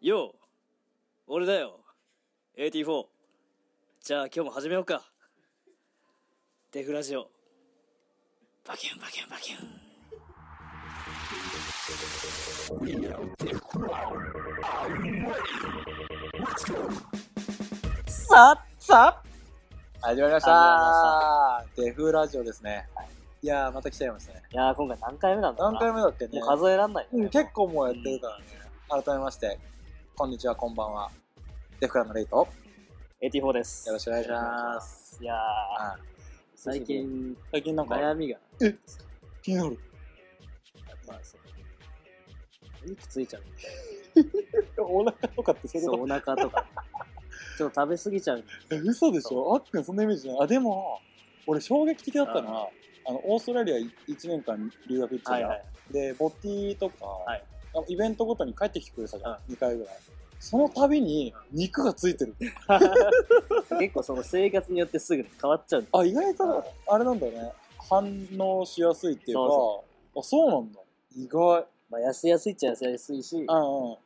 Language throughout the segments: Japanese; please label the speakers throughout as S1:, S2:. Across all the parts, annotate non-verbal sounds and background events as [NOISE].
S1: よう俺だよ AT4 じゃあ今日も始めようかデフラジオバキュンバキュンバキュン
S2: さっさ始まりました
S1: 始
S2: デフラジオですね。いやー、また来ちゃいましたね。
S1: いやー今回何回目なんだろう
S2: 何
S1: な
S2: 回目だってね
S1: もう。数えらんない、
S2: うん、
S1: ね、
S2: 結構もうやってるからね。改めまして、こんにちは、こんばんは。デフラのレイト。
S1: AT4 です
S2: よろしくお願いします
S1: いやー
S2: あ
S1: 最近
S2: 最近なんか、
S1: 悩みが
S2: 気になる。
S1: まあそうお肉ついちゃう
S2: お腹とかってそういう
S1: そう
S2: こ
S1: お腹と
S2: [LAUGHS]
S1: かちょっと食べ過ぎちゃう
S2: とえ嘘でしょあっくんそんなイメージない。あ、でも、俺衝撃的だったのは、あの、オーストラリア1年間留学行ってた
S1: はい
S2: じゃん
S1: はい
S2: で、ボッティとか、
S1: い
S2: あのイベントごとに帰ってきてくれたじゃん、
S1: うん
S2: 2回ぐらい。その度に肉がついてる。
S1: [LAUGHS] 結構その生活によってすぐ変わっちゃうんだ
S2: あ、意外とあれなんだよね。反応しやすいっていうか、
S1: そ
S2: あ、そうなんだ。意外。
S1: まあ痩せやすいっちゃ痩せやすいし
S2: うんう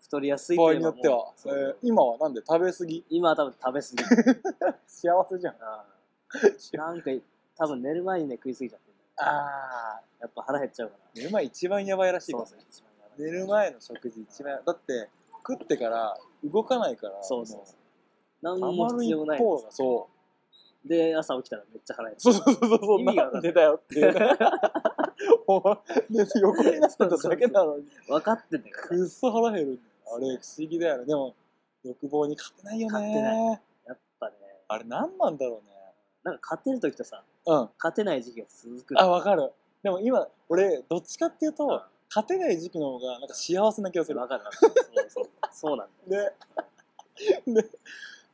S1: 太りやすい
S2: ん。
S1: って
S2: 場合
S1: いう
S2: に
S1: の
S2: よ
S1: も
S2: っては。え
S1: そう
S2: ー今はなんで食べ過ぎ
S1: 今は多分食べ過ぎてる
S2: 幸せじゃん。 [LAUGHS]
S1: うんなんか多分寝る前にね食い過ぎちゃってる
S2: あ
S1: やっぱ腹減っちゃうから
S2: ー。寝る前一番やばいらしい
S1: そ
S2: か
S1: う
S2: ら
S1: ですね一番やばい
S2: 寝る前の食事一番やばい。だって、食ってから動かないから、
S1: そうそうそう何
S2: もう
S1: も
S2: たまる
S1: 必
S2: 一
S1: 要ない
S2: 方がそう。
S1: で朝起きたらめっちゃ腹減って
S2: そうそうそうそう、
S1: 意味がわ
S2: な
S1: か
S2: ん
S1: んない
S2: でだよっていう。
S1: [LAUGHS]
S2: [LAUGHS] お前、で横になってただけなのに、
S1: 分かってんだから
S2: くっそ腹減る。あれ、不思議だよね。でも、欲望に勝てないよね。
S1: 勝てなやっぱね
S2: あれ、何なんだろうね。
S1: なんか勝てる時とさ
S2: うん。
S1: 勝てない時期が続く
S2: あ、わかる。でも今、俺、どっちかっていう
S1: うん
S2: と、勝てない時期の方が、なんか幸せな気がする
S1: わ。かるわかるそうそうそうなんだよ
S2: [LAUGHS] ね。ね。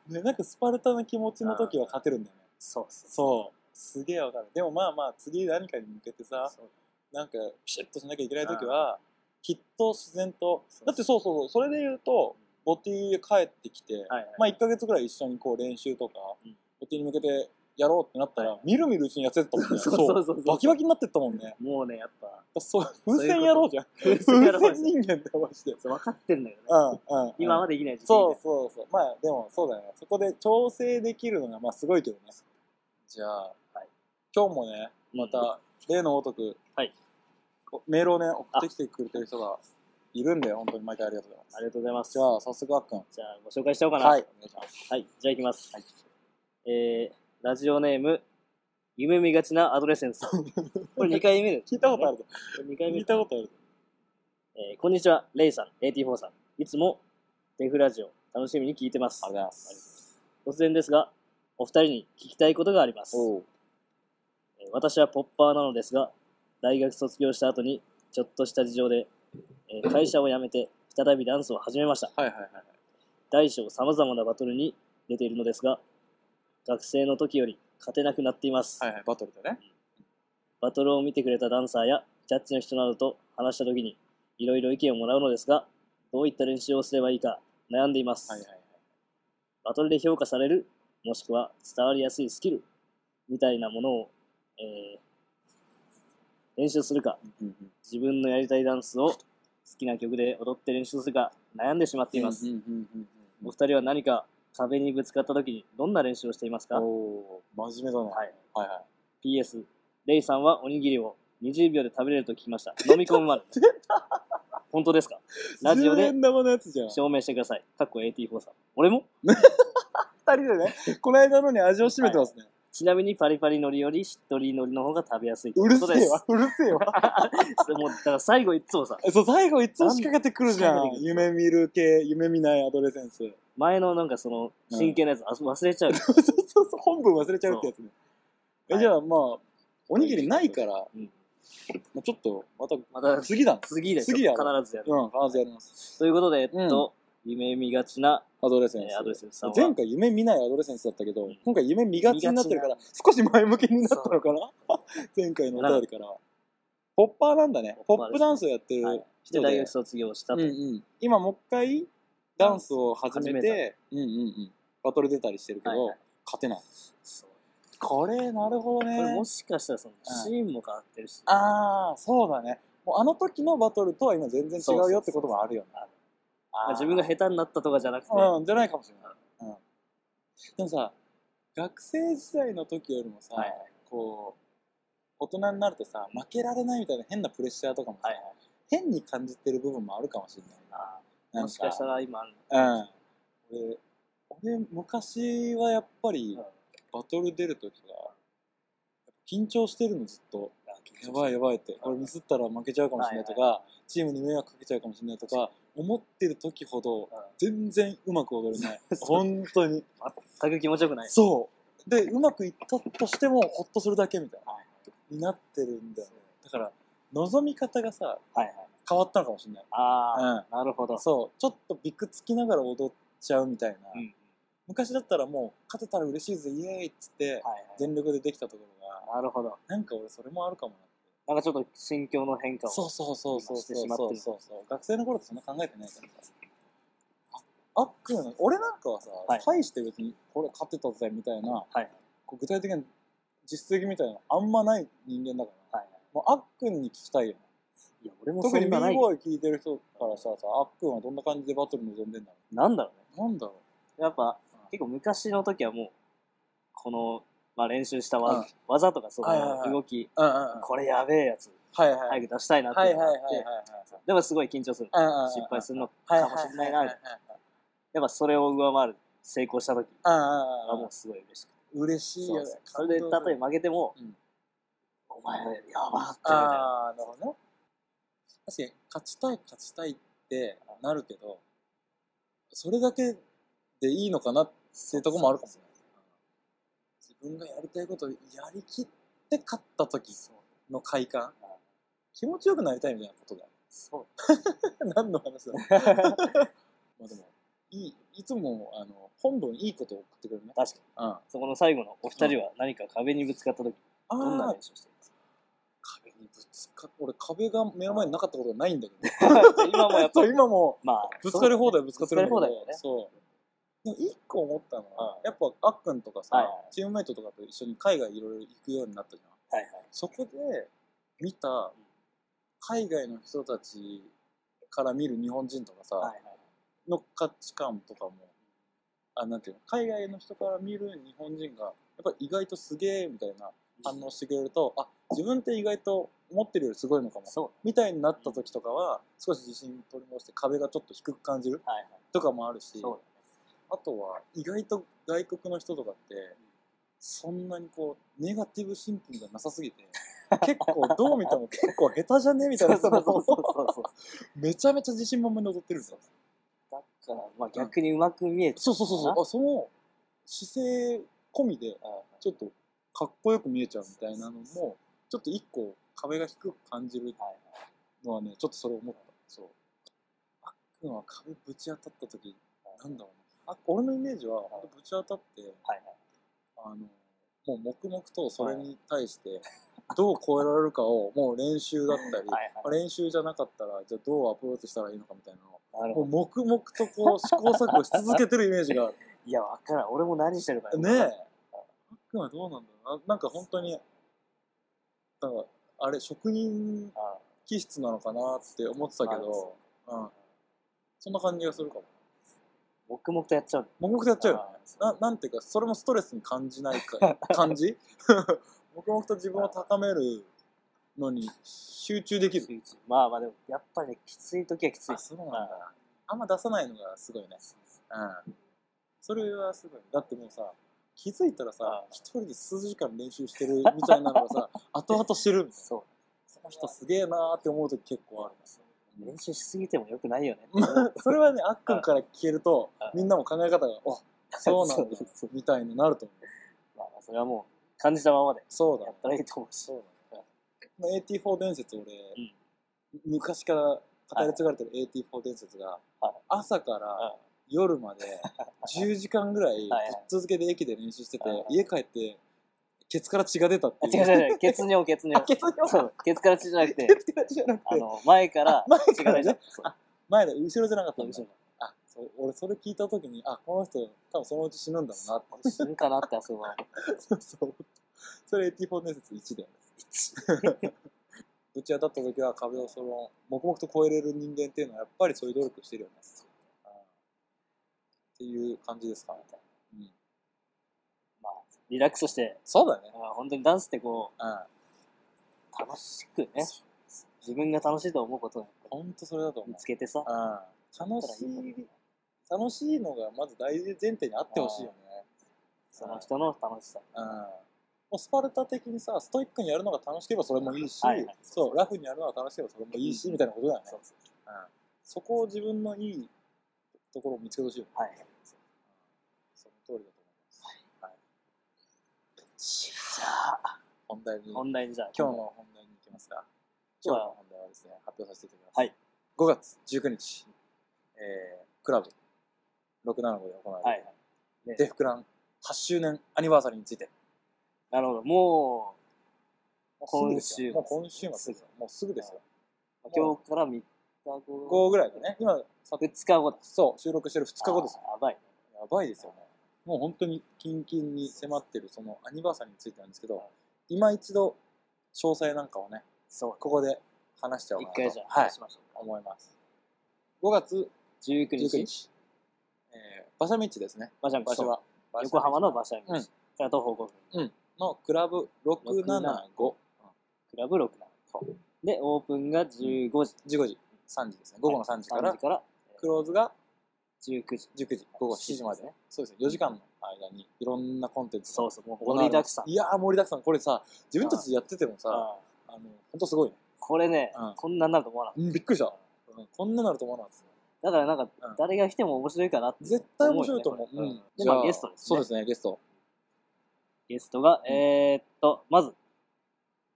S2: ね、なんかスパルタな気持ちの時は勝てるんだよね。
S1: そうそう
S2: そう。すげえわかる。でもまあまあ、次何かに向けてさ、
S1: そう
S2: なんかピシッとしなきゃいけない時はきっと自然と
S1: そう
S2: だってそうそうそうそれで言うとボティ帰ってきて、
S1: はいはい
S2: まあ1ヶ月ぐらい一緒にこう練習とか、
S1: うん
S2: ボティに向けてやろうってなったら、
S1: はい
S2: みるみるうちに痩せてたもんね
S1: そうそうそうそう
S2: バキバキになってったもんね
S1: もうねやっぱ
S2: そ
S1: そ
S2: う
S1: ういうこと
S2: 風船やろうじゃん
S1: 風
S2: 風
S1: やろう
S2: 船人間ってマジで
S1: 分かってんだけ
S2: う
S1: どね
S2: んうん、うん、
S1: 今までできない時期で
S2: そうそうそうまあでもそうだよねそこで調整できるのがまあすごいけどねじゃあ、
S1: はい
S2: 今日もねまた例のごとく、
S1: はい
S2: おメールをね送ってきてくれてる人がいるんで本当に毎回ありがとうござい
S1: あ
S2: ます
S1: りがとうございます
S2: じゃあ早速あっくんはい
S1: じゃあご紹介しちゃおうか
S2: お
S1: な
S2: 願いします
S1: はいじゃあいきます、
S2: はい
S1: えー、ラジオネーム夢見がちなアドレセンスさん
S2: [LAUGHS]
S1: これ2回目です、
S2: 聞いたことあるぞ
S1: る2回目
S2: 聞いたことあるぞ
S1: えーこんにちはレイさん AT4 さんいつもデフラジオ楽しみに聞いてます
S2: ありがとうございます
S1: 突然ですがお二人に聞きたいことがあります
S2: おう
S1: えー私はポッパーなのですが大学卒業した後にちょっとした事情で、えー会社を辞めて再びダンスを始めました
S2: はいはいはい
S1: 大小さまざまなバトルに出ているのですが学生の時より勝てなくなっています、
S2: はいはいバトルだね
S1: バトルを見てくれたダンサーやジャッジの人などと話した時にいろいろ意見をもらうのですがどういった練習をすればいいか悩んでいます、
S2: はいはいはい
S1: バトルで評価されるもしくは伝わりやすいスキルみたいなものを、えー練習するか
S2: うんうんうん
S1: 自分のやりたいダンスを好きな曲で踊って練習するか悩んでしまっています、
S2: うんうんうんうんうん
S1: お二人は何か壁にぶつかった時にどんな練習をしていますか、は
S2: おお真面目だなはい
S1: い、
S2: はい
S1: PS レイさんはおにぎりを20秒で食べれると聞きました飲み込むまで
S2: [LAUGHS]
S1: 本当ですかラジオ
S2: 10
S1: で
S2: 円玉のやつじゃん
S1: 証明してくださいかっこ AT4 さん俺も
S2: 二人 [LAUGHS] でねこの間のね味を占めてますね
S1: ちなみにパリパリのりよりしっとりのりの方が食べやすいと
S2: う
S1: い
S2: る
S1: うこと
S2: せ
S1: で
S2: え
S1: す
S2: わうるせえわ [LAUGHS]
S1: もうだから最後いつもさ
S2: そう、最後いつも仕掛けてくるじゃ
S1: なん
S2: ん。
S1: で
S2: 夢見る系、夢見ないアドレセンス。
S1: 前のなんかその真剣なやつ、あ忘れちゃうよ
S2: そうそうそう、本文忘れちゃうってやつね。
S1: そう
S2: えじゃあまあ、おにぎりないから、
S1: うん
S2: まあ、ちょっと、また、
S1: また
S2: 次だ。
S1: 次でしょ
S2: 次やろ
S1: 必ずやる
S2: うん、必ずやります。
S1: ということで、えっと、夢見がちな、
S2: アドレ
S1: え
S2: セン
S1: ーアドレ
S2: ス。
S1: スさんは、
S2: 前回夢見ないアドレセンスだったけど、
S1: うん
S2: 今回夢見がちになってるから、少し前向きになったのかな前回のお便りから。ポッパーなんだね。
S1: ポ
S2: ポ
S1: ッパー
S2: ッ
S1: ですね
S2: プダンスをやって
S1: はい
S2: る
S1: で
S2: 人
S1: 大
S2: で
S1: 学。卒業した
S2: うん
S1: と。
S2: うん、今もう一回ダンスを始め
S1: ダン
S2: てうんうんうん、バトル出たりしてるけど、
S1: はいはい
S2: 勝てない
S1: そう
S2: これなるほどね
S1: これもしかしたらそのシーンも変わってるし、
S2: ああそうだねもうあの時のバトルとは今全然違うよってこともあるよね
S1: そうそうまあ自分が下手になったとかじゃなくて、
S2: うん、じゃないかもしれない。うん、でもさ、学生時代の時よりもさ、
S1: はい
S2: こう、大人になるとさ、負けられないみたいな変なプレッシャーとかもさ、
S1: はいはい
S2: 変に感じてる部分もあるかもしれないな。
S1: あー
S2: なん
S1: もしかしたら今ある
S2: うん。俺、俺昔はやっぱり、
S1: うん
S2: バトル出る時が、緊張してるのずっと。やばいやばいって、これミスったら負けちゃうかもしれないとか、チームに迷惑かけちゃうかもしれないとか、思ってる時ほど、全然うまく踊れ
S1: [LAUGHS]
S2: ない。本当に。
S1: 全く気持ちよくない
S2: そう。で、うまくいったとしても、ほっとするだけみたいな、になってるんだよね。だから、望み方がさ、
S1: はいはい
S2: 変わったのかもしれない。
S1: あ
S2: うん。
S1: あ、なるほど
S2: そう。ちょっとびくつきながら踊っちゃうみたいな。
S1: うん
S2: 昔だったらもう、勝てたら嬉しいぜ、イエーイっつって、
S1: はいはい
S2: 全力でできたところが、
S1: なるほど
S2: なんか俺それもあるかもなって。
S1: なんかちょっと心境の変化を
S2: そうそうそうそう
S1: して
S2: そう
S1: しまって
S2: そう
S1: る
S2: そう学生の頃ってそんな考えてないからさああっくん俺なんかはさ、
S1: はい
S2: 大して別にこれ勝ってたぜみたいな、
S1: はい
S2: こう具体的な実績みたいなのあんまない人間だから、
S1: はいは
S2: もうあっくんに聞きたいよね
S1: いや俺もそ
S2: 特に
S1: ん
S2: b
S1: な
S2: ボ
S1: ない
S2: ーイ聞いてる人からしたらさあっくんはどんな感じでバトル臨んでんだろ
S1: なんだろうね
S2: うなんだろ
S1: やっぱ
S2: うん
S1: 結構昔の時はもうこの、まあ、練習した
S2: う
S1: 技
S2: ん
S1: 技とかそ
S2: はいはいは
S1: の
S2: い
S1: 動き
S2: ううんうんうん
S1: これやべえやつ
S2: はいはいはい
S1: 早く出したいなって
S2: はいいうはい
S1: のがあ
S2: はい
S1: ってでもすごい緊張する
S2: はい
S1: 失敗するの
S2: はい
S1: かもしれないな
S2: はいはい
S1: やっぱそれを上回る成功した時
S2: はい
S1: は
S2: うんうんう
S1: も
S2: ん
S1: うすごい嬉しくて
S2: 嬉しい
S1: そ
S2: よ
S1: う
S2: ね
S1: そうそれでたとえ負けても
S2: うん
S1: お前やばってみたいな
S2: ああ、なるほどね。確かに、勝ちたい、勝ちたいってなるけど、それだけでいいのかなっていうとこもあるかもしれない。自分がやりたいことをやりきって勝った時の快感。気持ちよくなりたいみたいなことだよ。
S1: そう
S2: [LAUGHS] 何の話だろうまあでも、いい、いつも、あの、本文いいことを送ってくれるね。
S1: 確かに
S2: うん。あ
S1: そこの最後のお二人は何か壁にぶつかった時
S2: あ
S1: どんな
S2: ー
S1: 練、習してるんですか
S2: 壁にぶつか、俺壁が目の前になかったことがないんだけ
S1: [LAUGHS]
S2: ど。
S1: 今もやっぱ
S2: [LAUGHS] そう、
S1: り
S2: 今も、
S1: まあ
S2: ぶつかり放題ぶつかってるんだけど
S1: ぶつかり放題だよね
S2: そう。でも一個思ったのは、やっぱあっくんとかさ、
S1: はいは
S2: チームメイトとかと一緒に海外いろいろ行くようになったじゃん。
S1: はいはい
S2: そこで見た海外の人たちから見る日本人とかさ、
S1: はいはい
S2: の価値観とかも、あ、なんていうの、海外の人から見る日本人が、やっぱり意外とすげえみたいな反応してくれると、あ、自分って意外と思ってるよりすごいのかも。
S1: そ
S2: みたいになった時とかは、少し自信取り戻して壁がちょっと低く感じる。
S1: うはいはい
S2: とかもあるし、
S1: そう
S2: あとは意外と外国の人とかって、そんなにこう、ネガティブシンキングがなさす
S1: [LAUGHS]
S2: ぎて、結構どう見ても結構下手じゃねみたい
S1: そ
S2: な
S1: うそ
S2: 人
S1: うそうそう
S2: も
S1: そうそう
S2: めちゃめちゃ自信満々に踊ってるんですよ。
S1: だからまあ逆にうまく見えて
S2: そうそうそうそう。あ、その姿勢込みで、ちょっとかっこよく見えちゃうみたいなのも、ちょっと一個壁が低く感じる
S1: はい
S2: のはね、ちょっとそれ思った。そう。あっくんは壁ぶち当たった時、なんだろうな。あ俺のイメージは、ほんとぶち当たって、
S1: はいはい
S2: あの、もう黙々とそれに対して、どう超えられるかを、もう練習だったり、
S1: はい
S2: まあ練習じゃなかったら、じゃあどうアプローチしたらいいのかみたいなの
S1: はいなるほ
S2: を、
S1: ど
S2: もう黙々とこう試行錯誤し続けてるイメージがある。
S1: いやわからん俺も何してるか
S2: ねえ。あっくんはどうなんだろうな。なんか本当に、なんか、あれ、職人
S1: あ
S2: 気質なのかなって思ってたけ
S1: あそ
S2: ど、うん。そんな感じがするかも。
S1: 黙々とやっちゃう
S2: 黙々とやっちゃうよね。ななんていうかそれもストレスに感じない [LAUGHS] か感じ黙々と自分を高めるのに集中できる
S1: まあまあでもやっぱりねきつい時はきつい
S2: あそうなんだあんま出さないのがすごいねうんそれはすごいだってもうさ気づいたらさ
S1: あ
S2: 一人で数時間練習してるみたいなのが
S1: [LAUGHS]
S2: さ後々知る
S1: そう
S2: この人すげえなーって思う時結構ある
S1: 練習しすぎてもよくないよね
S2: それはねあっくんから聞けると
S1: あ
S2: みんなも考え方があ
S1: [LAUGHS]
S2: そうなんだ
S1: そうそう
S2: みたいになると思う
S1: まあまあそれはもう感じたままで
S2: そうだ
S1: や
S2: ね
S1: ったらいいと思うし
S2: まあ AT4 伝説俺、
S1: ん
S2: 昔から語り継がれてる AT4 伝説が、
S1: はい
S2: 朝から
S1: [LAUGHS]
S2: 夜まで10時間ぐらいぶっ
S1: はい
S2: 続けて駅で練習してて、
S1: はい
S2: 家帰ってケツから血が出たって
S1: あ
S2: い
S1: 違う
S2: う。
S1: 違う違う血尿血
S2: [LAUGHS] あ
S1: 尿
S2: ケツから
S1: そうケツから血じゃなくて [LAUGHS]
S2: ケツから血じゃなく
S1: あ
S2: て
S1: の前から
S2: 前
S1: 血
S2: か
S1: が
S2: ら
S1: 出
S2: ね
S1: たそう
S2: 前で後ろじゃなかったんだ
S1: 後ろ
S2: あそう俺それ聞いた時にあこの人多分そのうち死ぬんだろうなって
S1: 死ぬかなってあそこは
S2: そうそうそれ AT4 伝説1だよね [LAUGHS] ぶち当たった時は壁をその黙々と超えれる人間っていうのはやっぱりそういう努力してるよねっていう感じですかね。
S1: まあ、リラックスして、
S2: そうだよね。
S1: あー本当にダンスってこ
S2: うん。
S1: う、楽しくね、自分が楽しいと思うことを
S2: ほんとそれだと思
S1: 見つけてさ、
S2: う。うん。楽しい、楽しいのがまず大前提にあってほしいよね。
S1: その人の楽しさ。
S2: うん。もうスパルタ的にさ、ストイックにやるのが楽しければそれもいいし、
S1: はいはい
S2: そう、ラフにやるのが楽しければそれもいいし、みたいなことだよね。
S1: そうそう
S2: うん。そこを自分のいいところを見つけてほしいよね。
S1: はいはい。
S2: その通りだと思います。
S1: じゃあ、
S2: 本題に。
S1: 本題にじゃあ、
S2: 今日の本題に行きますが、今日の本題はですね、発表させていただきます。
S1: はい。
S2: 5月19日、えー、クラブ675で行われる、
S1: はいはい。
S2: デフクラン8周年アニバーサリーについて、
S1: なるほど。も
S2: もうすぐです
S1: 今週末
S2: よもう今週末ですよ。もうすぐですよ。
S1: う、今日から3日後、
S2: 5ぐらいだね。今、
S1: 2日後だ。2
S2: そう、収録してる2日後ですよ。。
S1: やばい。
S2: やばいですよね。もう本当にキンキンに迫ってるそのアニバーサリーについてなんですけど、
S1: はい
S2: 今一度詳細なんかをね、
S1: そう。
S2: ここで話しちゃおう
S1: 一
S2: かなと
S1: 回じゃあ、
S2: はい
S1: 話し、ましょう。
S2: 思います。5月
S1: 19
S2: 19
S1: 日、
S2: 日。えー、馬車道ですね。
S1: 馬車道
S2: 場所は。馬車道
S1: 横浜の馬車道
S2: うん
S1: から徒歩5分。
S2: のクラブ675。
S1: クラブ6なの。で、オープンが15時。
S2: 15時、3時ですね。午後の3時から、
S1: 3時から
S2: クローズが
S1: 19時。
S2: 19時、午後7時まで。ね、そうですね。4時間の間にいろんなコンテンツ
S1: そう
S2: が
S1: そう、もう
S2: 行わ
S1: 盛
S2: れ
S1: りだ
S2: ま
S1: く
S2: す
S1: さん。
S2: いやー、盛りだくさん。これさ、自分たちでやっててもさ、
S1: ああ
S2: あの、ほんとすごいね。
S1: これね、
S2: うん
S1: こんなになると思わなかっ
S2: うん、びっくりした。うん、こんななると思わなかったですね。
S1: た。だからなんか
S2: うん、
S1: 誰が来ても面白いかなって。
S2: 絶対面白いと思う。
S1: 思うよねこれうん
S2: じゃ
S1: でまあゲストですね
S2: そうですね、ゲスト。
S1: ゲストが、
S2: うん
S1: えーっと、まず、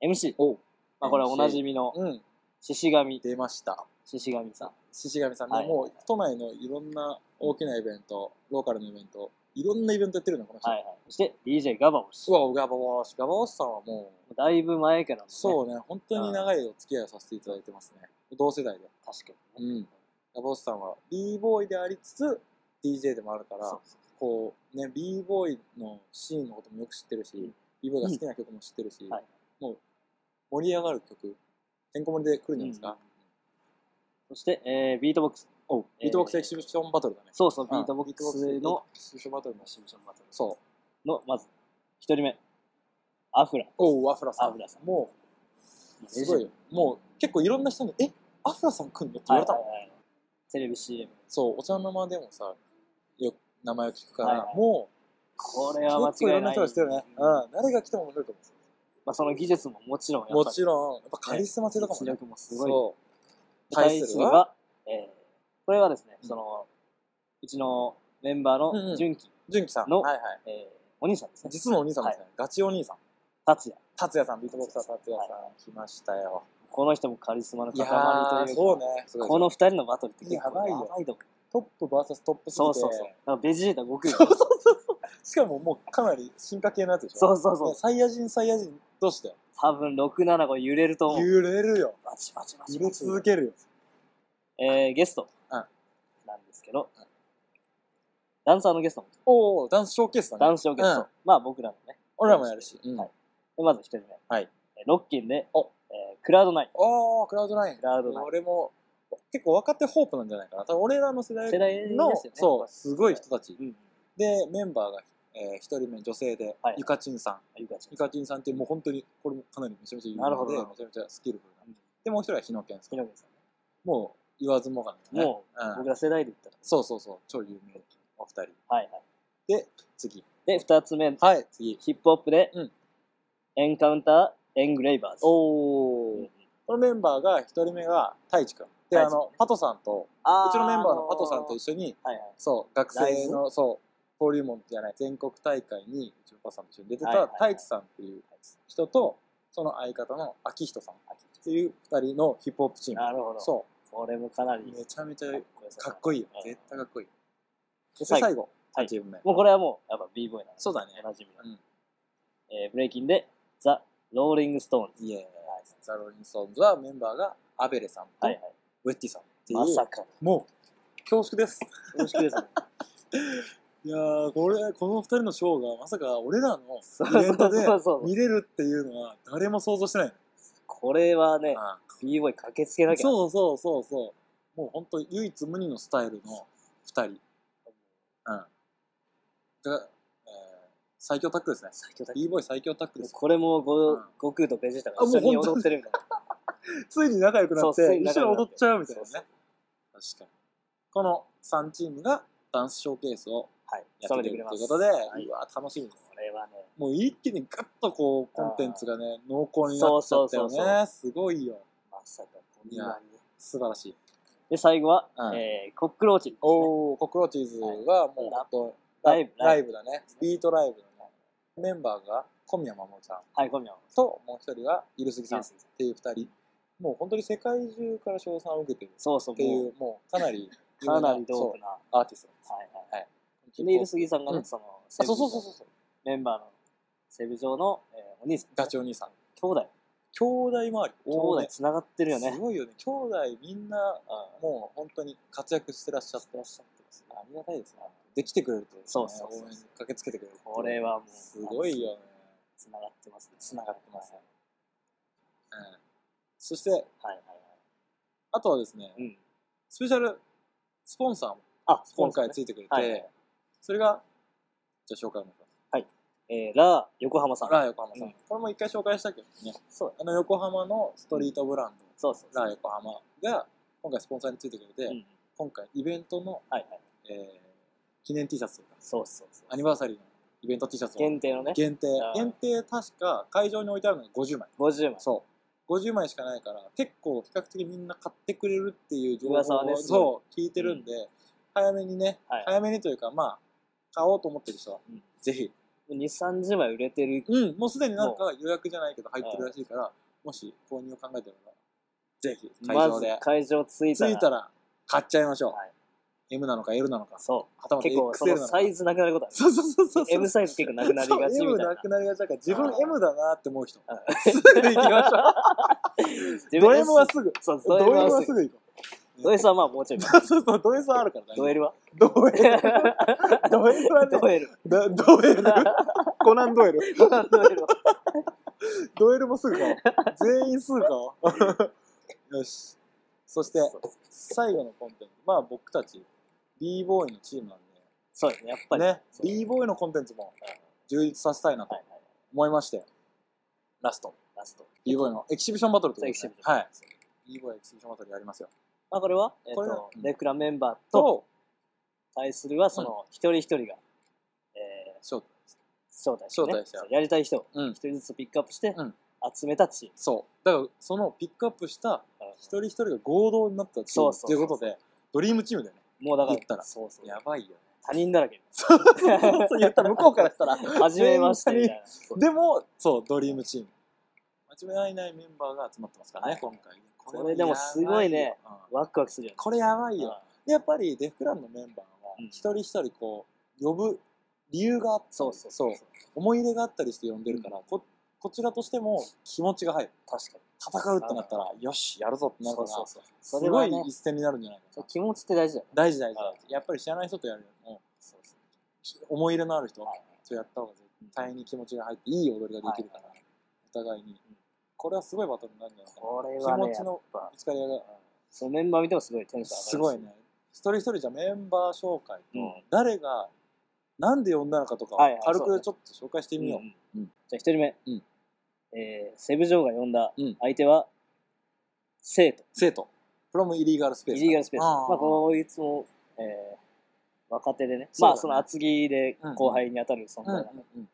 S1: MC。
S2: おう
S1: まあこれはおなじみの、
S2: うん、
S1: 獅子神、
S2: 出ました。
S1: 獅子神さん。
S2: 獅子神さんね、
S1: はい
S2: もう都内のいろんな大きなイベント、ローカルのイベント、いろんなイベントやってるの、この人。
S1: はいはい。そして、DJ ガバオ
S2: う
S1: 氏。
S2: わ、ガバオシ、ガバオシさんはもう、
S1: だいぶ前からのね
S2: そうね、本当に長いお付き合いをさせていただいてますね。同世代で。
S1: 確か
S2: う
S1: にね。
S2: ん。ガバオシさんは b ボーイでありつつ、DJ でもあるか
S1: そ
S2: ら
S1: う、そう
S2: こう、ね、b ボーイのシーンのこともよく知ってるし、
S1: うん
S2: b ボーイが好きな曲も知ってるし、
S1: はい
S2: もう、盛り上がる曲、てんこ盛りで来るんじゃないです
S1: うん
S2: か。
S1: そして、えービートボックス。
S2: おう
S1: えー
S2: ビートボックスエキシビションバトルだね。
S1: そうそう、ビ
S2: うん
S1: ートボックス
S2: ビートボ
S1: の
S2: ッ、クスエキシビションバトルの
S1: シミュレーションバトル
S2: そう。
S1: の、まず、一人目。アフラ。
S2: おう、アフラさん。
S1: アフラさん
S2: もう、すごいよ。もう、結構いろんな人に、え、アフラさん来んのって言われたもん。
S1: はいはいはいテレビ CM。
S2: そう、お茶の間でもさ、よく名前を聞くから、
S1: はいはい
S2: も
S1: こ
S2: う、
S1: れ
S2: 結
S1: は間違いない。
S2: 構いろんな人がしてるね。
S1: うん
S2: うん、誰が来ても面白いと思
S1: まあ、その技術ももちろんやっぱ
S2: う。
S1: り、
S2: もちろん、やっぱカリスマ性とかも
S1: 実
S2: ね。
S1: 力もすごい。
S2: そう。
S1: 対
S2: 対
S1: す
S2: す
S1: る
S2: るは、
S1: は、えーこれはですね、
S2: うん
S1: その、うちのメンバー
S2: うんう
S1: の
S2: ん
S1: 純喜、
S2: 純喜さん。
S1: の
S2: はいはい。
S1: えーお兄さんですね。
S2: 実のお兄さんですね。ガチお兄さん。
S1: 達也。
S2: 達也さん、ビートボクサー達也さん、来ましたよ。
S1: この人もカリスマの
S2: い
S1: 塊
S2: や
S1: という
S2: ー、
S1: か
S2: そうね。すごい
S1: この二人のバトルって結構
S2: やばいよ
S1: と思う
S2: トップ VS トップすぎ
S1: そ
S2: て
S1: うそうそう。なんかベジータ悟空。
S2: [LAUGHS] しかももうかなり進化系のやつでしょ
S1: そうそうそう
S2: ね。サイヤ人サイヤ人どうして
S1: 多分675揺れると思う。
S2: 揺れるよ
S1: バチバチバチ
S2: 揺
S1: バ
S2: れ
S1: チ。
S2: 続けるよ
S1: えー、ゲスト。
S2: うん
S1: なんですけど
S2: うん。
S1: ダンサーのゲストも。
S2: おおダンスショーケースだね
S1: 男子をゲスト。
S2: うん
S1: まあ僕らのね。
S2: 俺らもやるし、うん
S1: はいでまず一人目。
S2: はい
S1: えー。ロッキンで、
S2: お
S1: えークラウドナイン。
S2: おおクラウドライン
S1: クラウドナイン
S2: 俺も結構若手ホープなんじゃないかな多分俺らの世代
S1: 世
S2: の
S1: 代ですよね。
S2: そうすごい人たち
S1: うん。
S2: でメンバーが、えー、1人目女性で、
S1: はい
S2: ゆかちんさん
S1: あゆかちゃん。
S2: ゆかちんさんってもう本当にこれもかなりめちゃめちゃ有名で
S1: なるほどなるほ
S2: めちゃめちゃスキルフルな、でもう一人は日野健さ
S1: ひ
S2: ん
S1: ろみさん。
S2: もう言わずもがな、ね、
S1: も
S2: う、ん、
S1: 僕ら世代で言ったら。
S2: そうそうそう超有名お二人
S1: はいはい。
S2: 次
S1: で、二つ目。
S2: はい次
S1: ヒップホップで
S2: うん、
S1: エンカウンター、エングレイバーズ。
S2: お
S1: うんうん
S2: このメンバーが一人目が太一くんで
S1: 太一
S2: あのパトさんと
S1: あ
S2: うちのメンバーのパトさんと一緒に
S1: はいはい。
S2: そう学
S1: ライ
S2: 生
S1: ズ
S2: のそう登竜門じゃない全国大会にうちのパトさんと一緒に出てた
S1: はいはいはい
S2: 太一さんっていう人とその相方の秋人さんっていう二人のヒップホップチーム
S1: なるほど。
S2: そ
S1: これもかなり
S2: う。めちゃめちゃか
S1: い
S2: っ
S1: い。
S2: こいいよ
S1: うん
S2: 絶対かっこいい
S1: で
S2: で
S1: 最後
S2: 最後
S1: はい
S2: 8チーム目
S1: もうこれはもう、やっぱ b ボーイなんで
S2: そうだね
S1: おなじみの
S2: うん
S1: えーブレイキンで、ザ・ローリング・ストーンズ。
S2: イエーイザ・ローリンソンズはメンバーがアベレさんと
S1: はいはい。
S2: ウェッティさんっていう
S1: まさか。よ
S2: もう恐縮です
S1: ろしくですね。
S2: いやーこれこの2人のショーがまさか俺らの
S1: そう
S2: イベントで
S1: [LAUGHS] そうそう
S2: 見れるっていうのは誰も想像してない
S1: これはね
S2: の、あ
S1: b ボーイ駆けつけな
S2: あ
S1: きゃ。
S2: そうそうそうそうもう本当唯一無二のスタイルの2人が、えー最強タッグですね。
S1: 最強だ
S2: b ボーイ最強タッグですよ。
S1: これもご、
S2: うん
S1: 悟空とベジータが
S2: あもう
S1: 一緒に
S2: 本当
S1: 踊ってるみたいな
S2: [LAUGHS] ついに仲良くなっ
S1: そうつ
S2: て、
S1: いに
S2: 一
S1: 仲
S2: 緒
S1: 良
S2: に
S1: くな
S2: 踊
S1: って
S2: っちゃうみたいなね。
S1: そう
S2: 確かに。この3チームがダンスショーケースを
S1: はい
S2: や
S1: 務
S2: っ
S1: め
S2: て
S1: てくれ
S2: くれ
S1: ま
S2: るとい
S1: す
S2: うことで、
S1: はいう
S2: わ、楽しみです。
S1: これはね
S2: もう一気にガッとこう、コンテンツがね、濃厚になっちゃったよ
S1: そうそうそ
S2: ね。すごいよ。
S1: まさかこんなに
S2: 素晴らしい。
S1: で最後は、
S2: うん
S1: えーコックローチですね
S2: おー、コクロチーズがもう本当、
S1: ライブ
S2: ライブだね。ビートライブだね。メンバーが小宮守ちゃん
S1: はい今夜は
S2: と、もう一人がゆるすぎさんっ
S1: そう
S2: ていう二人。もう本当に世界中から称賛を受けてる
S1: そうそう
S2: ってい
S1: も
S2: う、もうかなり
S1: う
S2: 有名
S1: か
S2: な、
S1: なりドープなは
S2: そうアーティストです。
S1: いはい
S2: キ
S1: で、
S2: ッ
S1: い
S2: ク
S1: る
S2: オフ
S1: 杉さんがね、
S2: うん
S1: その、。
S2: あそうそうそうそううそう。
S1: メンバーの、セブ上の、えーお兄さん、
S2: ダチお兄さん。
S1: 兄弟、
S2: 兄弟周り。
S1: 兄弟繋がってるよね
S2: す。ごいよね。兄弟みんな、もう本当に活躍してらっしゃってらっしゃってます、ありがたいですね。できてくれると、ね、
S1: そうそうそう
S2: 応援駆けつけてくれる。
S1: これはもう、
S2: すごいよね。
S1: 繋がってますね。
S2: 繋がってます
S1: はい
S2: うん。そして、
S1: はいはい。
S2: あとはですね、
S1: うん。
S2: スペシャルスポンサーも
S1: あ、
S2: 今
S1: 今回
S2: 回、ついてくれて、
S1: はいはい
S2: それが、じゃあ紹介をお願いします。
S1: えー、ラー、横浜さん。
S2: ラー横浜さん。
S1: うん
S2: これも一回紹介したけどね。
S1: そう
S2: あの横浜のストリートブランド、
S1: そうそうそう。
S2: ラー横浜が今回スポンサーについてくれて、
S1: うん。
S2: 今回イベントの、
S1: はいはい。
S2: えー記念 T シャツというか
S1: そうそうそう。
S2: アニバーサリーのイベント T シャツを
S1: 限定のね、
S2: 限定
S1: あー
S2: 限定確か会場に置いてあるのが50枚
S1: 50枚。
S2: そう50枚しかないから結構比較的みんな買ってくれるっていう情報
S1: 噂はね
S2: を
S1: すごい
S2: そう聞いてるんで、早めにね、
S1: はい
S2: 早めにというかまあ買おうと思ってる人は
S1: うん
S2: ぜひ
S1: 2、30枚売れてる。
S2: うん、もうすでになんか予約じゃないけど入ってるらしいから、もし購入を考えてるなら、ぜひ会場で
S1: まず、会場着いたら。
S2: 着いたら買っちゃいましょう。
S1: はい
S2: M なのか L なのか、
S1: そ
S2: はた
S1: う。
S2: また
S1: 結
S2: XL
S1: 構、その
S2: なの
S1: サ
S2: か。
S1: イズなくなることある。
S2: そうそうそうそう。
S1: M サイズ結構なくなりがち
S2: そう
S1: み
S2: M
S1: たいな
S2: な。くなりがちだから、自分
S1: あー
S2: M だなって思う人、
S1: うん
S2: すぐ行きまし
S1: [LAUGHS]
S2: ょう。ド M はすぐ。
S1: そう、ド
S2: ド
S1: M
S2: M は
S1: は
S2: す
S1: す
S2: ぐ行こう。
S1: ぐ。ド S はまあもう
S2: [LAUGHS]
S1: ちょい。
S2: そうそうそう、ド S はあるから
S1: ド
S2: ね。
S1: エル
S2: [LAUGHS]
S1: は
S2: ド L。ド L はね
S1: ドエル。
S2: だ、ド L。コ
S1: [LAUGHS]
S2: ナンド L。
S1: ドエルは。
S2: ドエルもすぐ買おう。
S1: [LAUGHS]
S2: 全員すぐ買おう。 [LAUGHS] よし。そして、最後のコンテンツ。まあ僕たち、b ボーイのチームなん
S1: そうですね、やっぱり。
S2: で、ね、
S1: そう
S2: b ボーイのコンテンツも充実させたいなと
S1: はいはい。
S2: 思いまして、ラスト、
S1: ラスト。
S2: b ボーイのエキシビションバトルという
S1: エ
S2: こ
S1: キシ
S2: とで
S1: ビション。
S2: はい。b ボーイエキシビションバトルやりますよ。
S1: まあこれは、えっ
S2: これは
S1: と
S2: う、ん
S1: レクラメンバーと
S2: と、
S1: 対するは、その、一人一人が、えー
S2: そう、
S1: 招待してね
S2: 招待してやる
S1: やりたい人を
S2: うん
S1: 一人ずつピックアップして
S2: うん、
S1: 集めたチーム。
S2: そう。だから、そのピックアップした一人一人が合同になったチー
S1: そう
S2: ム
S1: そう
S2: ということで、ドリームチームだよね。
S1: もうだ
S2: 言った
S1: からら、そうそう。
S2: ばいよね。
S1: 他人だらけ。 [LAUGHS]
S2: [LAUGHS] そう言ったら向こうからしたら、
S1: はじめましてみたい
S2: [LAUGHS]
S1: な。そう
S2: でも、そう、ドリームチーム。間違いないメンバーが集まってますからね、
S1: はい
S2: 今回。
S1: これでもすごいね
S2: うん。
S1: ワクワクするよね。
S2: これやばい
S1: うん
S2: よ。でやっぱりデフランのメンバーは、
S1: うん
S2: 一人一人こう、呼ぶ理由があったり
S1: そうそうそう。
S2: 思い入れがあったりして呼んでるから、ここちらとしても気持ちが入る。
S1: 確かに。
S2: 戦うってなったら、よし、やるぞってなる
S1: そ
S2: か
S1: うそう
S2: ら、
S1: そう。
S2: す
S1: それは
S2: ごい
S1: ね
S2: 一戦になるんじゃないか
S1: そう
S2: な。
S1: 気持ちって大事だよね。
S2: 大事大事
S1: は。
S2: やっぱり知らない人とやるよりも、
S1: そうそう
S2: 思い入れのある人
S1: はいはい
S2: とやった方が絶対に気持ちが入っていい踊りができるから、お互いに
S1: うん。
S2: これはすごいバトルになるんじゃないかな。
S1: これはね、
S2: 気持ち
S1: やっ
S2: の
S1: ぱ
S2: ぶ、つかり合いが
S1: そのメンバー見てもすごいテンション上がるし。
S2: すごいね。一人一人じゃメンバー紹介
S1: う
S2: と
S1: ん、
S2: 誰が、なんで呼んだのかとかを
S1: はいはい
S2: 軽
S1: そう
S2: く
S1: ね
S2: ちょっと紹介してみよう。
S1: ん
S2: うん
S1: じゃあ一人目、
S2: うん
S1: えーセブジョーが呼んだ
S2: うん
S1: 相手は、生徒
S2: 生徒、フロムイリーガルスペー
S1: イ
S2: ス。
S1: リーガルスペース
S2: あー
S1: まあこいつも、えー若手でね
S2: そうだね
S1: まあその厚木で後輩に当たる存在
S2: うん
S1: な
S2: うん
S1: で、
S2: ん。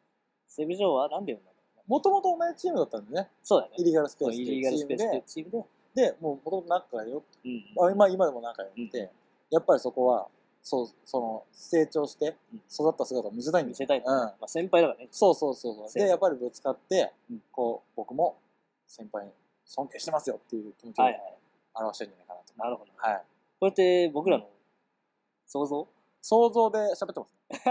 S1: セブジョーはなんで呼んだの
S2: もともと同じチームだったんでね、
S1: そうだよ
S2: イ
S1: ね
S2: リーガルスペー
S1: こ
S2: ス
S1: の
S2: って
S1: イリー
S2: い
S1: ガ
S2: う
S1: ル
S2: チ
S1: ス
S2: ー
S1: ペ
S2: ム
S1: ースっていう
S2: で、
S1: チームで、
S2: で、もうもともと仲が良く
S1: うん
S2: あ今今でも仲良くて、
S1: う
S2: やっぱりそこはそうその成長して
S1: うん
S2: 育った姿を見せたいん
S1: 見
S2: です
S1: せ
S2: よ
S1: たい、
S2: うん
S1: まあ、先輩だからね
S2: そうそうそうそう
S1: 成長
S2: でやっぱりぶつかって、
S1: うん
S2: こう僕も先輩に尊敬してますよっていう気持ちを
S1: はいはい
S2: 表してるんじゃないかなと、
S1: なるほど
S2: はい
S1: これって僕らの想像 [LAUGHS]
S2: 想像で喋ってますね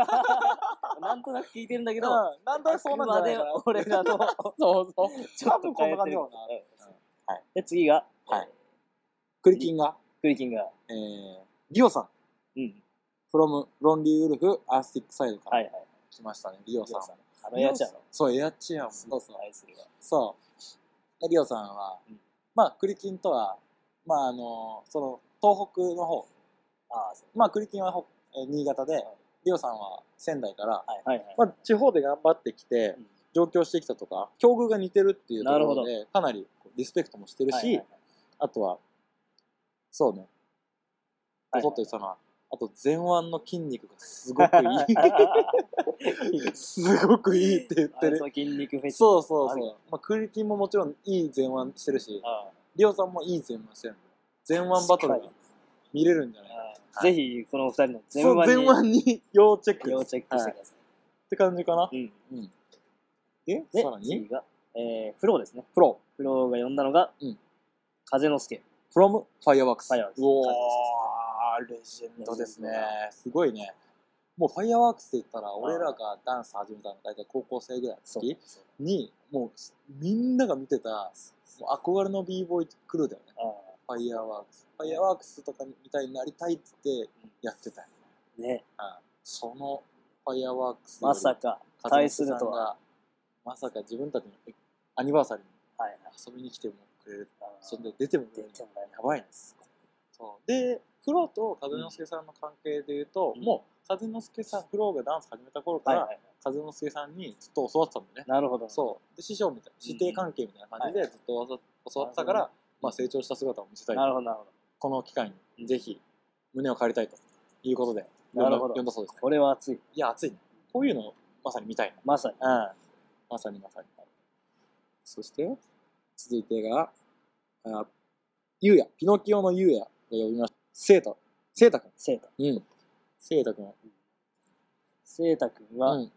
S1: なんとなく聞いてるんだけ
S2: け
S1: ど、
S2: なんとなくそうなんじゃないかな
S1: あくまで俺らの
S2: [LAUGHS] そうそう
S1: ちょ
S2: 多
S1: っと
S2: 分こんな感じだろう
S1: 変えてる
S2: な、うん
S1: で次が、
S2: はいクリキンが、
S1: クリキンが、
S2: えー、リオさん
S1: うん、
S2: from ロンリーウルフアースティックサイドか
S1: は
S2: ら
S1: いはい。
S2: 来ましたね、リオさ
S1: リ
S2: ん
S1: オさんあのやちゃんの、
S2: そうエアチアン
S1: すごく愛するわ。
S2: そう。リオさんは、
S1: うん
S2: まあ、栗金とは、まあ、あの、その、東北の方、
S1: ああ、そう。
S2: まあ、栗金はほえー新潟で、リオさんは仙台から、
S1: はいはいはい
S2: まあ、地方で頑張ってきて
S1: うん
S2: 上京してきたとか境遇が似てるっていうとこ
S1: なる
S2: ろ
S1: ほ
S2: でかなりこうリスペクトもしてるし、
S1: はいはいはい
S2: あとはそうね
S1: はい
S2: 細ってそのあと前腕の筋肉がすごく
S1: [LAUGHS]
S2: いい [LAUGHS] すごくいいって言っ
S1: あ
S2: て
S1: い
S2: る
S1: つは筋肉フェチ
S2: そうそう
S1: ある
S2: そう、まあ、クリティももちろんいい前腕してるし
S1: あ
S2: リオさんもいい前腕してるんで前腕バトルが見れるんじゃないか
S1: あぜひこのお二人の前
S2: そう
S1: 腕
S2: 前
S1: に
S2: 腕に要チェックです
S1: 要チェックして
S2: はい
S1: く
S2: っ
S1: ださ、
S2: て感じかない
S1: うん
S2: え
S1: で
S2: さらに
S1: 次が、えー、フローですね
S2: プロ
S1: フローが呼んだのが、
S2: うん
S1: 風の助
S2: フロムファイアワークス。
S1: Fireworks
S2: うおー、レジェンドですね。すごいね。もうファイアワークスって言ったら、俺らがダンス始めたの大体高校生ぐらいの時に、もうみんなが見てた、もう憧れの b ボーイクルーだよね。
S1: あ
S2: ファイアワークス。ファイアワークスとかみたいになりたいって言ってやってたよね。
S1: あね
S2: そのファイアワークスより
S1: まさか
S2: 風
S1: 対
S2: 間
S1: す
S2: さん
S1: る
S2: が
S1: とは
S2: まさか自分たちのアニバーサリーに
S1: はいはい
S2: 遊びに来てもくれる。
S1: あ
S2: そん
S1: で
S2: で出てもく
S1: 出
S2: れる。
S1: てもらえな
S2: やばいねそうでフローと風之助さんの関係でいうと、
S1: うん
S2: もう風之助さんフローがダンス始めた頃から、
S1: はいはい
S2: 風之助さんにずっと教わってたんだよね、
S1: なるほど
S2: そうで師匠みたいな師弟関係みたいな感じでずっと教わ教わってたから、
S1: なる
S2: まあ、成長した姿を見せたい
S1: なるほどなるほど
S2: この機会
S1: うん
S2: にぜひ胸を借りたいということで
S1: な
S2: 呼ん
S1: る
S2: だ
S1: ほど
S2: 呼んだそうですね
S1: これは熱い
S2: いや熱いねこういうのまさに見たいね
S1: まさに
S2: うんまさにまさにそして続いてがあゆうやピノキオのゆうやが呼びましたせいたせいたくん
S1: セータ
S2: うん。せいたくん。
S1: セータ君は、
S2: うん。
S1: えー、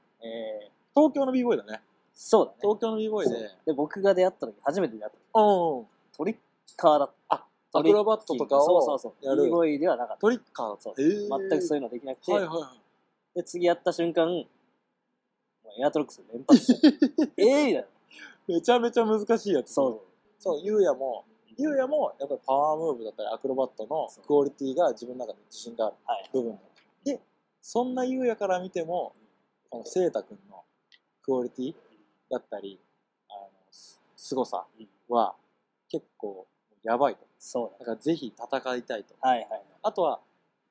S2: 東京の b ボーイだね。
S1: そうだね
S2: 東京の b ボーイで。
S1: で僕が出会った時初めて出会った時
S2: うん。
S1: トリッカーだった
S2: あアクロバットとかを
S1: そうそうそう
S2: やる
S1: b ボーイではなかった
S2: トリッカー
S1: そう
S2: へー
S1: 全くそういうのできなくて、
S2: はいはいはい。
S1: で次やった瞬間もうエアトロックス連発して
S2: [LAUGHS]
S1: ええみたいな
S2: めちゃめちゃ難しいやつ。
S1: そう。
S2: そう、ゆうやも、ゆうやも、やっぱりパワームーブだったり、アクロバットのクオリティが自分の中で自信がある
S1: はい
S2: 部分だで、そんなゆうやから見ても、このせいたくんのクオリティだったり、あの、す凄さは結構やばいと。
S1: そうだ
S2: だからぜひ戦いたいと。
S1: はいはいはい
S2: あとは、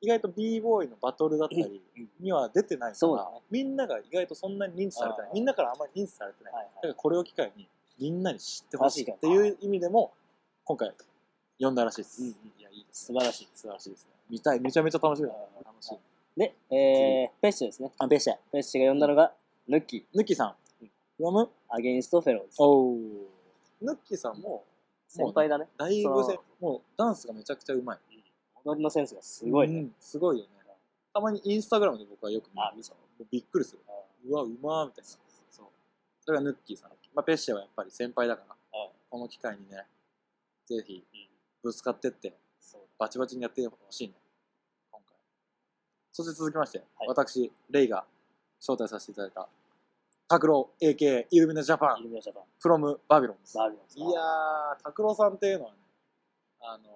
S2: 意外と b ボーイのバトルだったり
S1: うん
S2: には出てないか
S1: そうだ
S2: ら、
S1: ね
S2: みんなが意外とそんなに認知されてない
S1: あ。ー
S2: みんなからあんまり認知されてない。
S1: は
S2: だ
S1: い
S2: か
S1: はい
S2: らこれを機会に、みんなに知ってほしいっ
S1: 確
S2: て
S1: かに
S2: いう意味でも、今回、呼んだらしいです。
S1: うんうん
S2: いや、いいです
S1: 素
S2: ね。
S1: 晴らしい
S2: 素晴らしいですね。見たい。めちゃめちゃ楽しみだね
S1: あ。ー
S2: 楽しみ。
S1: で、えー、ペッシェですね
S2: あ、ベシャ。
S1: ペッシェが呼んだのがヌッキー
S2: ヌッキーさん。フロム
S1: アゲインストフェローズ
S2: おーヌッキーさんも、
S1: 先輩だね
S2: だいぶせ
S1: そ、
S2: もうダンスがめちゃくちゃうまい。
S1: 踊りのセンスがすごいね、
S2: うんすごいよね。たまにインスタグラムで僕はよく見
S1: あ
S2: る
S1: 見ちゃう
S2: もうびっくりする。
S1: あ
S2: うわ、うまーみたいな。そう。それがヌッキーさん。まあ、ペッシェはやっぱり先輩だから、
S1: あ
S2: この機会にね、ぜひ
S1: うん、
S2: ぶつかってって、
S1: そう
S2: バチバチにやってほしいね。今回。そして続きまして、
S1: はい
S2: 私、レイが招待させていただいた、拓郎 AK イルミナジャパ
S1: イ
S2: ン、
S1: ルミネーション
S2: from バビロンです。
S1: バービ
S2: い
S1: ー
S2: やー、拓郎さんっていうのはね、あのー、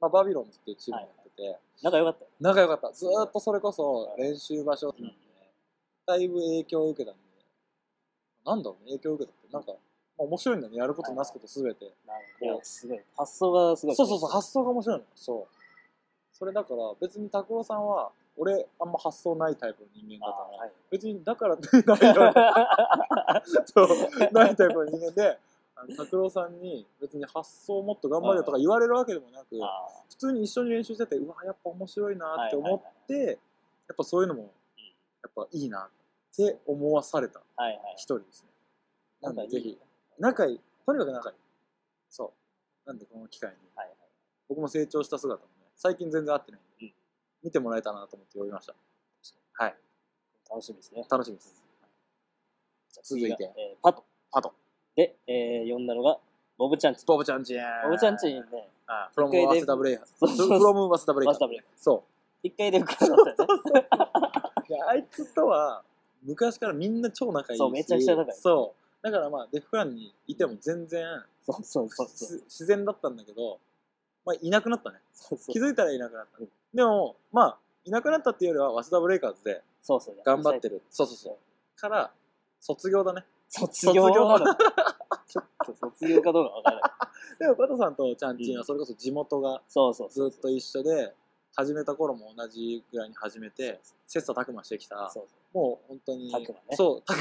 S2: まあ、バビロンズっていうチームをやってて、
S1: 仲良かったよ、
S2: 仲良かった。ずーっとそれこそ練習場所なんで、だいぶ影響を受けたんで、なんだろうね、影響を受けたって、なんか、まあ面白いんだね、やることなすことすべて。
S1: なるほどいやすごい発想がすごい
S2: そうそうそう、発想が面白いの。そう。それだから、別に拓郎さんは、俺、あんま発想ないタイプの人間
S1: あ
S2: だから、
S1: ー [LAUGHS] はい
S2: 別に、だからってないよねそう、 [LAUGHS] ないタイプの人間で、あの拓郎さんに別に発想をもっと頑張れよとか言われるわけでもなく、
S1: あー
S2: 普通に一緒に練習しててうわやっぱ面白いなって思って、やっぱそういうのもやっぱいいなって思わされた
S1: はいはい
S2: 一人ですねなんで
S1: 仲い
S2: ぜ
S1: い
S2: ひ仲いいとにかく仲いいそうなんでこの機会に
S1: はいはい
S2: 僕も成長した姿もね最近全然会ってないんで、
S1: うん
S2: 見てもらえたらなと思って呼びましたはい
S1: 楽しみですね
S2: 楽しみです
S1: じゃあ
S2: 続いて
S1: 次がえーパト
S2: あと
S1: で、えー、呼んだのがボブチャンチン
S2: ボブちゃんちー
S1: ボブチャンチンね
S2: あフロム
S1: 一回
S2: ワ
S1: で
S2: セダブレイハ
S1: そうそう
S2: [LAUGHS] フ
S1: そう
S2: ロムワセダブレイ
S1: マ
S2: ハ
S1: スターブレイク
S2: そう
S1: 一回で受かったんだよね
S2: いやあいつとは昔からみんな超仲いいし
S1: そうめちゃくちゃ仲いい
S2: そうだからまあデフクランにいても全然
S1: そうそうそう
S2: し
S1: そう
S2: 自然だったんだけど、まあ、いなくなったね
S1: そうそう
S2: 気づいたらいなくなった、
S1: うん
S2: でもまあいなくなったっていうよりは早稲田ブレイカーズで
S1: そうそう
S2: 頑張って
S1: る
S2: るそうそうそうから卒業だね
S1: 卒業
S2: 卒業
S1: なのちょっと卒業かどうかわからない
S2: でもパトさんとちゃんちんはそれこそ地元が
S1: そうそうそう
S2: ずっと一緒で始めた頃も同じぐらいに始めて、切磋琢磨してきた、
S1: そう
S2: もう本当に、
S1: 琢磨ね
S2: そう、た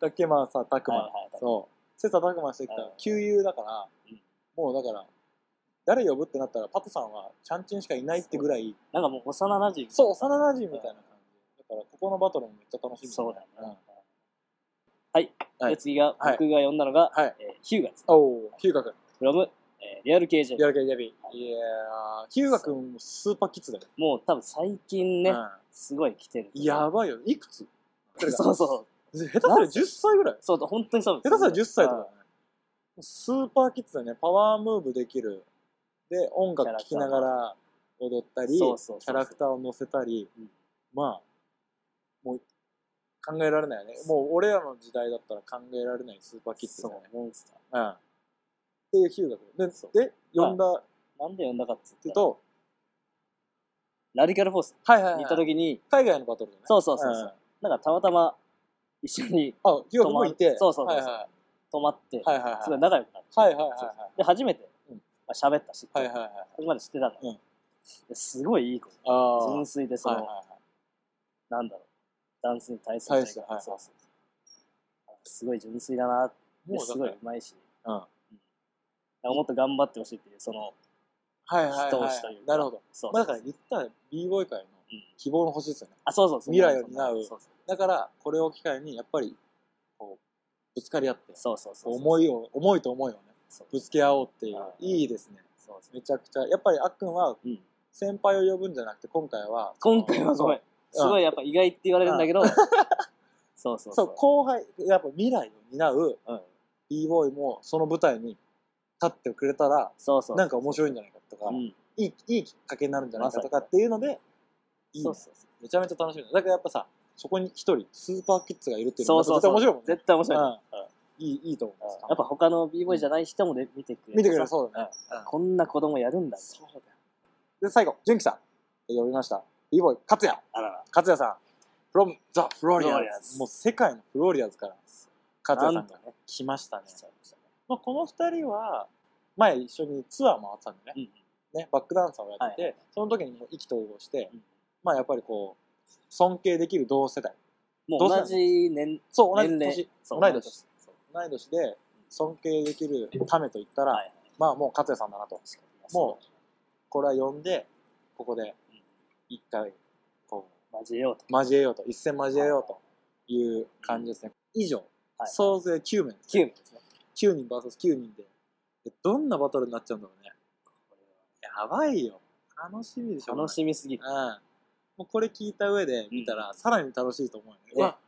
S2: 竹馬さ
S1: そ
S2: ん、[LAUGHS] 拓
S1: う。はいは
S2: 馬、
S1: いはい。
S2: そう、切磋琢磨してき
S1: はい
S2: た、旧友だから
S1: うん、
S2: もうだから、誰呼ぶってなったら、パトさんはちゃんちんしかいないってぐらい、
S1: なんかもう幼馴染み。
S2: そう、幼馴染みたいな感じ。だから、ここのバトルもめっちゃ楽しみ。
S1: そうだよ
S2: うん
S1: な。はい。
S2: はい
S1: で、次が、
S2: はい
S1: 僕が呼んだのが、
S2: はい
S1: えーヒューガです。
S2: おお、ヒューガ君。
S1: from、えーリアル KJ。
S2: やるけやび。いやー、ヒューガ君もスーパーキッズだよ。
S1: もう多分最近ね、
S2: うん
S1: すごい来てる。
S2: やばいよ。いくつ
S1: [LAUGHS] そうそうそう。
S2: 下手したら10歳ぐらい
S1: そうだ、本当にそうです
S2: 下手したら10歳とかだね。スーパーキッズだね。パワームーブできる。で、音楽聴きながら踊ったり、キ
S1: そうそうそう
S2: ャラクターを乗せたり
S1: うん、
S2: まあ、もう考えられないよね。もう俺らの時代だったら考えられないスーパーキッズだ
S1: そ
S2: よね。
S1: う、モンスタ
S2: うん。っていうヒューガ
S1: そう
S2: 君。で、で呼んだっ
S1: ー。なんで呼んだかっつっ
S2: ていう
S1: たら、
S2: と、
S1: ラディカルフォース
S2: はいはい
S1: に
S2: はい
S1: 行った時に、
S2: 海外のバトルだね。
S1: そうそうそうそ
S2: ん
S1: う。なんかたまたま一緒に
S2: あ、ヒューガ君もいて。
S1: そうそうそう
S2: はい
S1: そう
S2: は
S1: 泊まって、
S2: いはいはいはい。
S1: すごい仲良くなって。
S2: はいはいはい
S1: そう
S2: は
S1: で、初めて
S2: うん、
S1: まあ喋ったし、
S2: い。はいはいはい。
S1: そこまで知ってたんだ
S2: うん
S1: すごいいい子。
S2: ああ。
S1: 純粋で、そ
S2: はいは
S1: の
S2: い、はい。
S1: なんだろう、ダンスに対する
S2: 対するはい
S1: そうそうそうすごい純粋だなって、
S2: もう
S1: す
S2: だ
S1: ご
S2: か
S1: い
S2: ら
S1: うまいし、
S2: うん
S1: なんかもっと頑張ってほしいっていう、その、
S2: はいはいはい。
S1: 人をしというか
S2: なるほど。
S1: そう
S2: まあ、だから言ったら b ボーイ界の
S1: うん
S2: 希望の星ですよね。
S1: あ、そうそうそう、
S2: 未来を担う
S1: そうそう
S2: だから、これを機会にやっぱり、こう、ぶつかり合って、
S1: そうそうそう。
S2: 思いを、思いと思いをね、
S1: そう
S2: ぶつけ合おうっていう
S1: あ、ー
S2: いいですね。
S1: そうそう
S2: めちゃくちゃ。やっぱりあっくんは
S1: うん
S2: 先輩を呼ぶんじゃなくて、今回は、
S1: 今回はごめん。す
S2: そう
S1: ごいやっぱ意外って言われるんだけど、そうそう
S2: そ、
S1: そうう。
S2: 後輩、やっぱ未来を担う
S1: うん
S2: b ボーイもその舞台に立ってくれたら、
S1: そうそう。
S2: なんか面白いんじゃないかとか、
S1: う
S2: い
S1: ん
S2: い、いいきっかけになるんじゃないかとかっていうので、いいね
S1: そうそうそう。
S2: めちゃめちゃ楽しみだ。だからやっぱさ、そこに一人、スーパーキッズがいるっていうの
S1: そう
S2: は
S1: そうそ
S2: 絶対
S1: う
S2: 面白いもんね。
S1: 絶対面白い。
S2: うんいい、いいと思います。
S1: やっぱ他の b ボーイじゃない人もね見てくれる。
S2: 見てくれる、そうだね。
S1: こんな子供やるんだ。
S2: そうだよ。で、最後、純喜さん、呼びました。b ボーイ、勝也。
S1: あらら。
S2: 勝也さん、from the
S1: Florians
S2: Florians。もう世界のフローリアーズから、勝也さん
S1: なん
S2: が
S1: とね
S2: 来ましたね。
S1: 来ちゃいましたね
S2: まあ、この二人は、前一緒にツアー回ってたんだよね。ね、バックダンサーをやってて、その時にもう意気投合して、
S1: うん
S2: まあやっぱりこう、尊敬できる同世代。
S1: も
S2: ど
S1: う
S2: うせな
S1: 同
S2: んだ
S1: じ年、
S2: そう、同じ
S1: 年
S2: 年
S1: 齢。。
S2: 同
S1: そう
S2: い年。。同い年で尊敬できるためと言ったら、
S1: はい。
S2: まあもう勝也さんだなと。もこれは呼んで、ここで
S1: うん
S2: 一回、こ
S1: う、交えようと。
S2: う、交えようと、一戦交えようという感じですね。以上、
S1: はい
S2: 総勢9名です
S1: キュー
S2: ね、
S1: ブですね。
S2: 9人 VS9 人で、えどんなバトルになっちゃうんだろうね。やばいよ。楽しみでしょ。
S1: 楽しみすぎる。
S2: うん。もうこれ聞いた上で見たら、さらに楽しいと思うよね。
S1: ね
S2: うわ、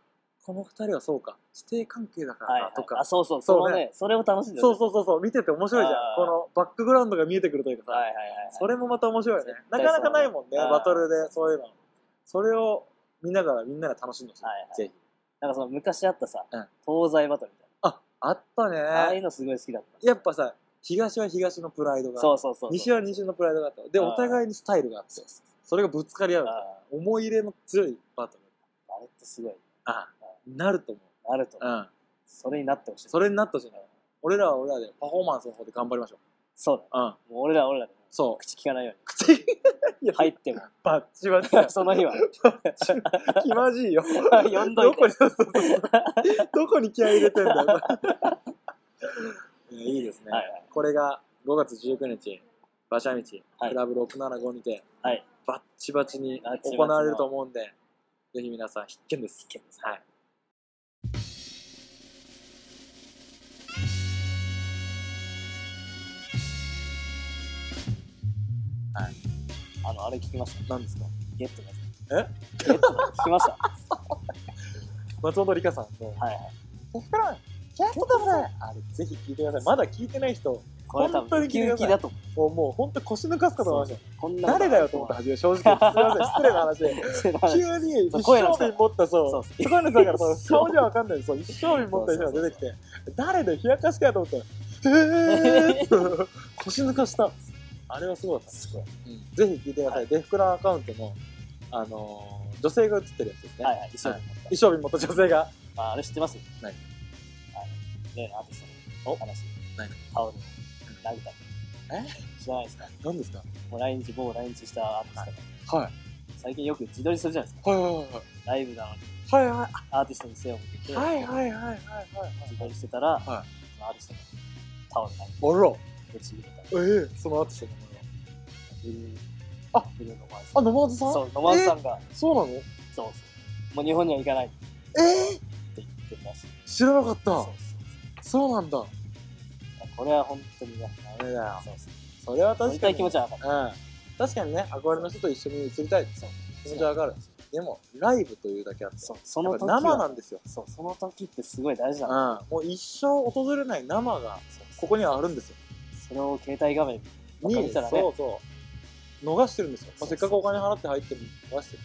S2: この二人はそうか、指定関係だか
S1: はい
S2: ら
S1: は
S2: か
S1: い
S2: とか、
S1: あ、そうそう、
S2: そ
S1: そうの
S2: ね
S1: ね、それを楽しんでる
S2: そうそうそうそう、見てて面白いじゃん
S1: あ。ー
S2: このバックグラウンドが見えてくるというかさ、
S1: はいはいはい。
S2: それもまた面白いよね。
S1: 絶
S2: な
S1: 対
S2: かなかないもんね、
S1: そう
S2: バトルでそういうの。それを見ながらみんなが楽しんでほしい。
S1: はいはい
S2: ぜひ。
S1: なんかその昔あったさ、
S2: うん
S1: 東西バトルみたい
S2: あ、あった
S1: な。ああい
S2: ね
S1: う。のすごい好きだった。
S2: やっぱさ、東は東のプライドがあって
S1: そうそうそう。
S2: 西は西のプライドがあった。で、
S1: あー
S2: お互いにスタイルがあって、それがぶつかり合うみたいな。
S1: あ
S2: 思い入れの強いバトル。
S1: ーあれってすごい。
S2: あなると思
S1: なると
S2: う。。うん。
S1: それになってほしい。
S2: それになったじゃない。俺らは俺らでパフォーマンスの方で頑張りましょ
S1: そうだよ。
S2: う。うん。
S1: もう俺らは俺らで
S2: そう。
S1: 口聞かないように。
S2: 口、いや
S1: 入っても。
S2: バッチバチだ
S1: [LAUGHS]
S2: よ。
S1: その日は。
S2: 気まじいよ。
S1: [LAUGHS] 呼んどいて
S2: どこに、そうそうそうどこに気合い入れてんだよ。いいですね。
S1: [LAUGHS] はいはい
S2: これが5月19日、馬車道、
S1: はい
S2: クラブ675にて、
S1: はい
S2: バッチバチに
S1: バッチバチ
S2: 行
S1: の
S2: われると思うんで、ぜひ皆さん必見です。必見です。はい。
S1: あの、あれ聞きました。
S2: 何ですか
S1: ゲットのや
S2: え
S1: つ。ゲットのやつ聞きました。は
S2: 松本里香さんの、
S1: いはい。
S2: テフロン、キャットだぜあれ、ぜひ聞いてください。まだ聞いてない人、も
S1: これ多
S2: 本当
S1: 分、
S2: に
S1: ウ
S2: 聞い
S1: キ
S2: て
S1: ウ
S2: ください
S1: キだと思う。
S2: うもう本当腰抜かすかと思いましたよ。
S1: こんなこと
S2: 誰だよと思った、初め、正直。すみません、失礼な話で。
S1: 知らない
S2: 急
S1: [LAUGHS]
S2: に
S1: そう
S2: 一
S1: 声の
S2: 生
S1: 人
S2: 瓶持った [LAUGHS] そう
S1: そう
S2: すごいのだから
S1: そう
S2: そう顔じゃわかんないそう一生瓶持った人が出てきて誰で冷やかしかやと思ったらえー、腰抜かしたあれはすごかったすごい、うん、ぜひ聞いてください、デフクラアカウントの、あのー女性が映ってるやつですね、
S1: はいはい、一緒に思った
S2: 一生瓶持った女性が
S1: まあ。あれ知ってます
S2: 何
S1: あの例のアーティスト
S2: お
S1: の話。
S2: 何
S1: タオルを投げたり。
S2: え
S1: 知らないですか
S2: 何ですか
S1: もう来日、某来日したアーティストが、
S2: はい。
S1: 最近よく自撮りするじゃないです
S2: はいは
S1: か。ライブなのに、
S2: いはいは
S1: アーティストに背を向けて、
S2: い。はいはいはいはいはいはい
S1: 自撮りしてたら、そのアーティストがタオルが
S2: はい。
S1: ぶち入れた
S2: あら、ええそのアーティストの
S1: ブルー、
S2: あ
S1: ブルーノマーズ
S2: あ、ノマーズさん
S1: そう、ノマーズさんが、
S2: そうなのえ
S1: そうそう。もう日本には行かないって
S2: え
S1: 言ってるらしい。
S2: 知らな
S1: そ
S2: かっ
S1: うそ
S2: た
S1: う。
S2: そうなんだ。
S1: そうこれは本当にね、
S2: ダメだよ
S1: そうそう。
S2: それは
S1: 撮りたい気持ちは分かる。
S2: うん。確かにね、憧れの人と一緒に映りたい。
S1: そう。
S2: 気持ちはわかる。でも、ライブというだけあって、
S1: そう、そ
S2: や
S1: の
S2: っぱ
S1: 時
S2: 生な
S1: は、
S2: んですよ。
S1: そう、その時ってすごい大事
S2: う
S1: なんの。。
S2: もう一生訪れない生が、ここにはあるんですよ。
S1: それを携帯画面ばっか
S2: に、
S1: 見たら
S2: そ
S1: ね
S2: う、そう。逃してるんですよ。まあ、せっかくお金払って入ってるのに逃してる。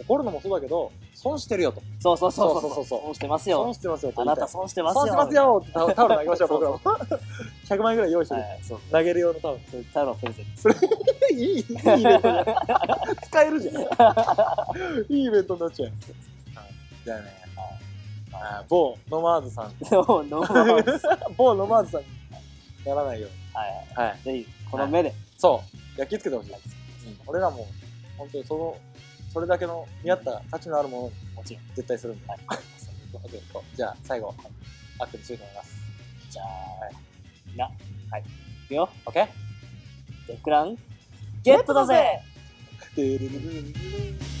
S2: 怒るのもそうだけど、損してるよと。
S1: そうそうそうそう、
S2: そうそうそうそう
S1: 損してます
S2: 損
S1: よ。
S2: してますよと
S1: あ
S2: 言
S1: な
S2: いたい
S1: た損してますよ。
S2: 損してますよってタオタオル投げましょう、
S1: そう
S2: 僕
S1: そ
S2: ら
S1: う
S2: も。100万円ぐらい用意して
S1: は
S2: る
S1: い。はい、そう。
S2: 投げる用のタオル。
S1: それただのプレゼント。
S2: いい、いいイベントじゃん。使えるじゃん。いいイベントになっちゃう。じゃあね、あ某ノマーズさん、
S1: ノーノーマーズは
S2: [LAUGHS] 某ノマーズさんにならないように。
S1: い
S2: はい。
S1: はい。ぜひ、この目で、
S2: そう、焼き付けてほしい。俺らも、本当にその、それだけの見合った価値のあるものに
S1: もちろん。
S2: 絶対するんで。
S1: はい。
S2: [LAUGHS] そういうことでじゃあ、最後、アップにしようと思い [LAUGHS] ます。
S1: じゃあ、な、はい。いくよ。
S2: オッケー
S1: デクラン、ゲットだぜ
S2: てるるるるるる